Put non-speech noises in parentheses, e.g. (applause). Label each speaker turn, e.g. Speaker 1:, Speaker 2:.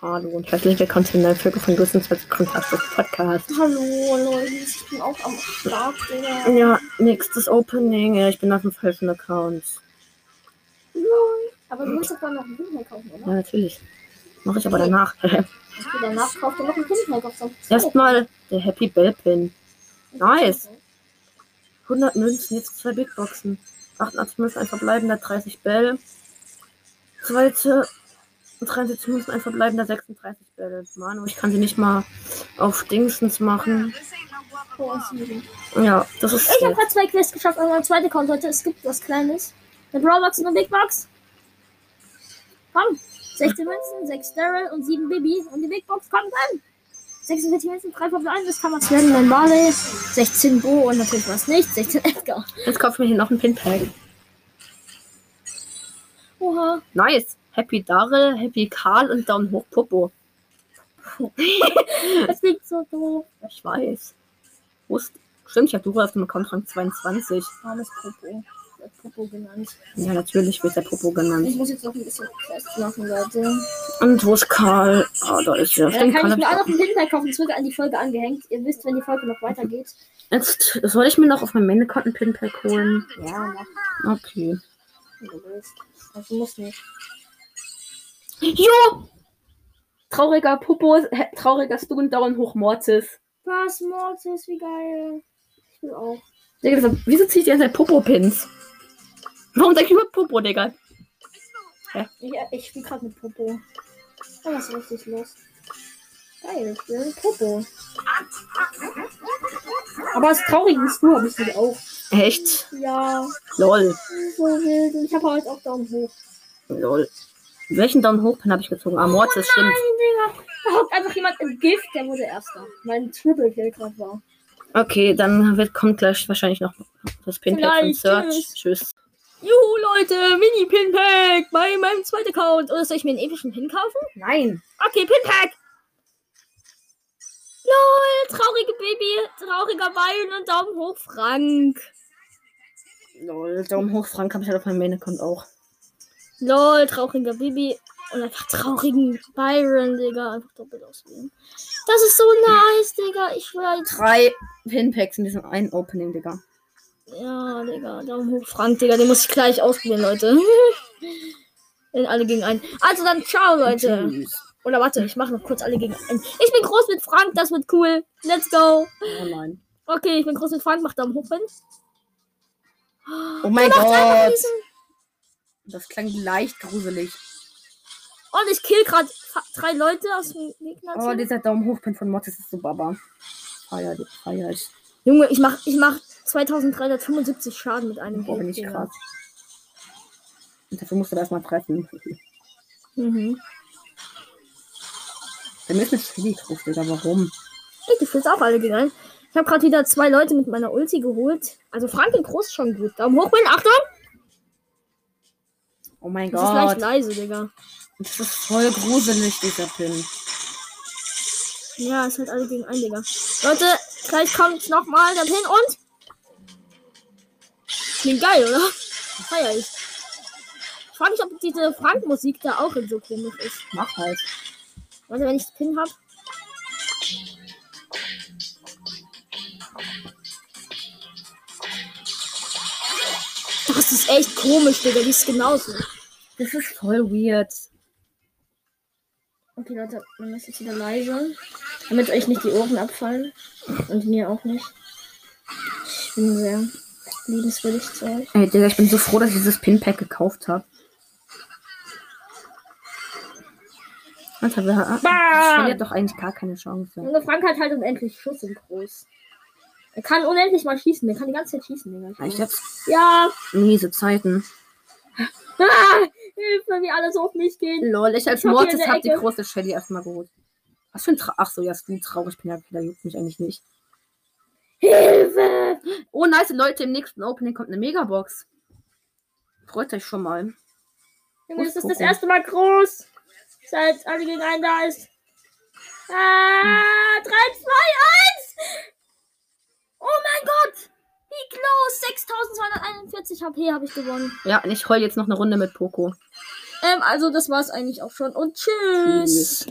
Speaker 1: Hallo und herzlich willkommen zu einer Folge von Gussens Kontrast Podcast.
Speaker 2: Hallo Leute, ich bin auch am Start, Digga.
Speaker 1: Ja, nächstes Opening. Ja, ich bin auf dem falschen Account.
Speaker 2: Lol. Aber du musst doch dann noch einen Windhelm kaufen, oder?
Speaker 1: Ja, natürlich. Mache ich aber danach. (laughs)
Speaker 2: Okay, danach kauf dir noch einen Windhelm auf sonst.
Speaker 1: Erstmal der Happy Bell Pin. nice. 100 Münzen, jetzt zwei Big Boxen. 88 Münzen, ein verbleibender, 30 Bälle. Zweite, 73 Münzen, ein verbleibender, 36 Bälle. Manu, ich kann sie nicht mal auf Dingsens machen.
Speaker 2: Oh, ist easy.
Speaker 1: Ja, das ist.
Speaker 2: Ich habe gerade zwei Quests geschafft, aber mein zweiter Account heute. Es gibt was Kleines. Eine Brawlbox und eine Big Box. Komm. 16 Münzen, 6 Daryl und 7 Baby. Und die Big Box kommt an. 46 Münzen, 3 verbleiben. Das kann was werden. Ein Marley. 16 Bo und natürlich was nicht. 16 Edgar.
Speaker 1: Jetzt kaufe ich mir hier noch ein Pinpack.
Speaker 2: Oha.
Speaker 1: Nice. Happy Daryl, Happy Karl und Daumen hoch Popo.
Speaker 2: Das klingt so doof.
Speaker 1: Ich weiß. Wusst. Stimmt, ich habe Dura auf dem Account Rang 22.
Speaker 2: Armes Popo. Wird Popo genannt.
Speaker 1: Ja, natürlich wird der Popo genannt.
Speaker 2: Ich muss jetzt noch ein bisschen Quest machen, Leute.
Speaker 1: Und wo ist Karl? Ah, da ist er.
Speaker 2: Ja, dann
Speaker 1: Stimmt, Karl
Speaker 2: kann ich mir auch
Speaker 1: hab
Speaker 2: noch einen Hinweis kaufen, zurück an die Folge angehängt. Ihr wisst, wenn die Folge noch weitergeht.
Speaker 1: ich- Jetzt soll ich mir noch auf meinem Main-Account ein Pinpack holen.
Speaker 2: Ja, mach
Speaker 1: Okay.
Speaker 2: wie du willst. Also muss nicht.
Speaker 1: Jo! Trauriger Popo, hä, trauriger Stu und Daumen hoch Mortis.
Speaker 2: Was, Mortis, wie geil. Ich will auch.
Speaker 1: Digga, das- genau. wieso zieht ihr denn Popo-Pins? Warum sag ich überhaupt Popo, Digga?
Speaker 2: Ja, ich spiele gerade mit Popo. Aber Oh, ist richtig los. Geil, ich will Popo. Aber das traurige ist nur, habe ich nicht auch.
Speaker 1: Echt?
Speaker 2: Ja,
Speaker 1: Lol.
Speaker 2: so wild. Und ich habe heute auch Daumen hoch.
Speaker 1: Lol. Welchen Daumen hoch Pin habe ich gezogen? Ah, Mortis, stimmt.
Speaker 2: Nein, Digga. Da hockt einfach jemand im Gift, der wurde erster. Mein Triple Kill gerade war.
Speaker 1: Okay, dann wird, kommt gleich wahrscheinlich noch das Pinpack von
Speaker 2: Vielleicht,
Speaker 1: Search.
Speaker 2: tschüss.
Speaker 1: Tschüss. Juhu, Leute, Mini-Pinpack bei meinem zweiten Account. Oder soll ich mir einen epischen Pin kaufen? Nein. Okay, Pinpack. Lol, traurige Baby, trauriger Wein und Daumen hoch, Frank. Lol, Daumen hoch, Frank habe ich halt auf meinem Main-Account auch.
Speaker 2: Lol, trauriger Bibi. Und einfach traurigen Byron, Digga. Einfach doppelt auswählen. Das ist so nice, Digga. Ich will.
Speaker 1: Drei Pinpacks in diesem einen Opening, Digga.
Speaker 2: Ja, Digga. Daumen hoch, Frank, Digga. Den muss ich gleich auswählen, Leute. (laughs) In alle gegen einen. Also dann, ciao, Leute.
Speaker 1: Tschüss.
Speaker 2: Oder warte, ich mache noch kurz alle gegen einen. Ich bin groß mit Frank, das wird cool. Let's go.
Speaker 1: Oh nein.
Speaker 2: Okay, ich bin groß mit Frank, mach Daumen hoch, wenn.
Speaker 1: Oh mein
Speaker 2: Einfach
Speaker 1: Gott.
Speaker 2: diesen.
Speaker 1: Das klang leicht gruselig.
Speaker 2: Und ich kill gerade drei Leute aus dem Gegner.
Speaker 1: Oh, dieser Daumen hoch Pin von Mortis ist so baba. Feier, feier ich.
Speaker 2: Junge, ich mach, ich mach 2375 Schaden mit einem
Speaker 1: Boah, Oh, bin
Speaker 2: Hit,
Speaker 1: ich
Speaker 2: Digga.
Speaker 1: krass. Und dafür musst du das mal treffen.
Speaker 2: Mhm.
Speaker 1: Der Mist ist schwierig drauf, Digga. Warum?
Speaker 2: Ich die jetzt auch alle gegangen. Ich habe gerade wieder zwei Leute mit meiner Ulti geholt. Also Frank in Groß schon gut. Daumen hoch, bin Achtung!
Speaker 1: Oh mein
Speaker 2: Das ist leicht
Speaker 1: Gott.
Speaker 2: leise, Digga.
Speaker 1: Das ist voll gruselig, dieser Pin.
Speaker 2: Ja, es halt alle gegen einen, Digga. Leute, gleich kommt nochmal dann hin und. Klingt geil, oder? Feier ich. Ich frage mich, ob diese Frank-Musik da auch so komisch ist.
Speaker 1: Mach halt.
Speaker 2: Warte, wenn ich den Pin hab. Das ist echt komisch, Digga. Die ist genauso.
Speaker 1: Das ist voll weird.
Speaker 2: Okay, Leute, wir müssen jetzt wieder leise. Damit euch nicht die Ohren abfallen. Und mir auch nicht. Ich bin sehr liebenswürdig zu euch.
Speaker 1: Ey, Digga, ich bin so froh, dass ich dieses Pinpack gekauft habe. Alter, wir haben.
Speaker 2: Bam!
Speaker 1: verliert ah, doch eigentlich gar keine Chance.
Speaker 2: Junge, Frank hat halt unendlich Schuss im Groß. Er kann unendlich mal schießen. Er kann die ganze Zeit schießen, Digga.
Speaker 1: Ah, Ich jetzt
Speaker 2: Ja! (laughs)
Speaker 1: miese Zeiten.
Speaker 2: Ah, Hilfe, wie alle so auf mich gehen.
Speaker 1: Lol, ich als
Speaker 2: Ich hab hier
Speaker 1: Mortis
Speaker 2: eine
Speaker 1: hab die
Speaker 2: Ecke.
Speaker 1: große Shelly erstmal geholt. Was für ein Tra Ach so, ja, Stu, traurig bin ja, da juckt mich eigentlich nicht.
Speaker 2: Hilfe!
Speaker 1: Oh, nice, Leute, im nächsten Opening kommt eine Megabox. Freut euch schon mal.
Speaker 2: Junge, das ist das
Speaker 1: Großkuchen.
Speaker 2: erste Mal groß. Seit alle gegen einen da ist. Ah, 3, 2, 1! Oh mein Gott! Wie close! 6241 HP habe ich gewonnen.
Speaker 1: Ja, und ich heul jetzt noch eine Runde mit Poco.
Speaker 2: Ähm, also das war's eigentlich auch schon. Und tschüss.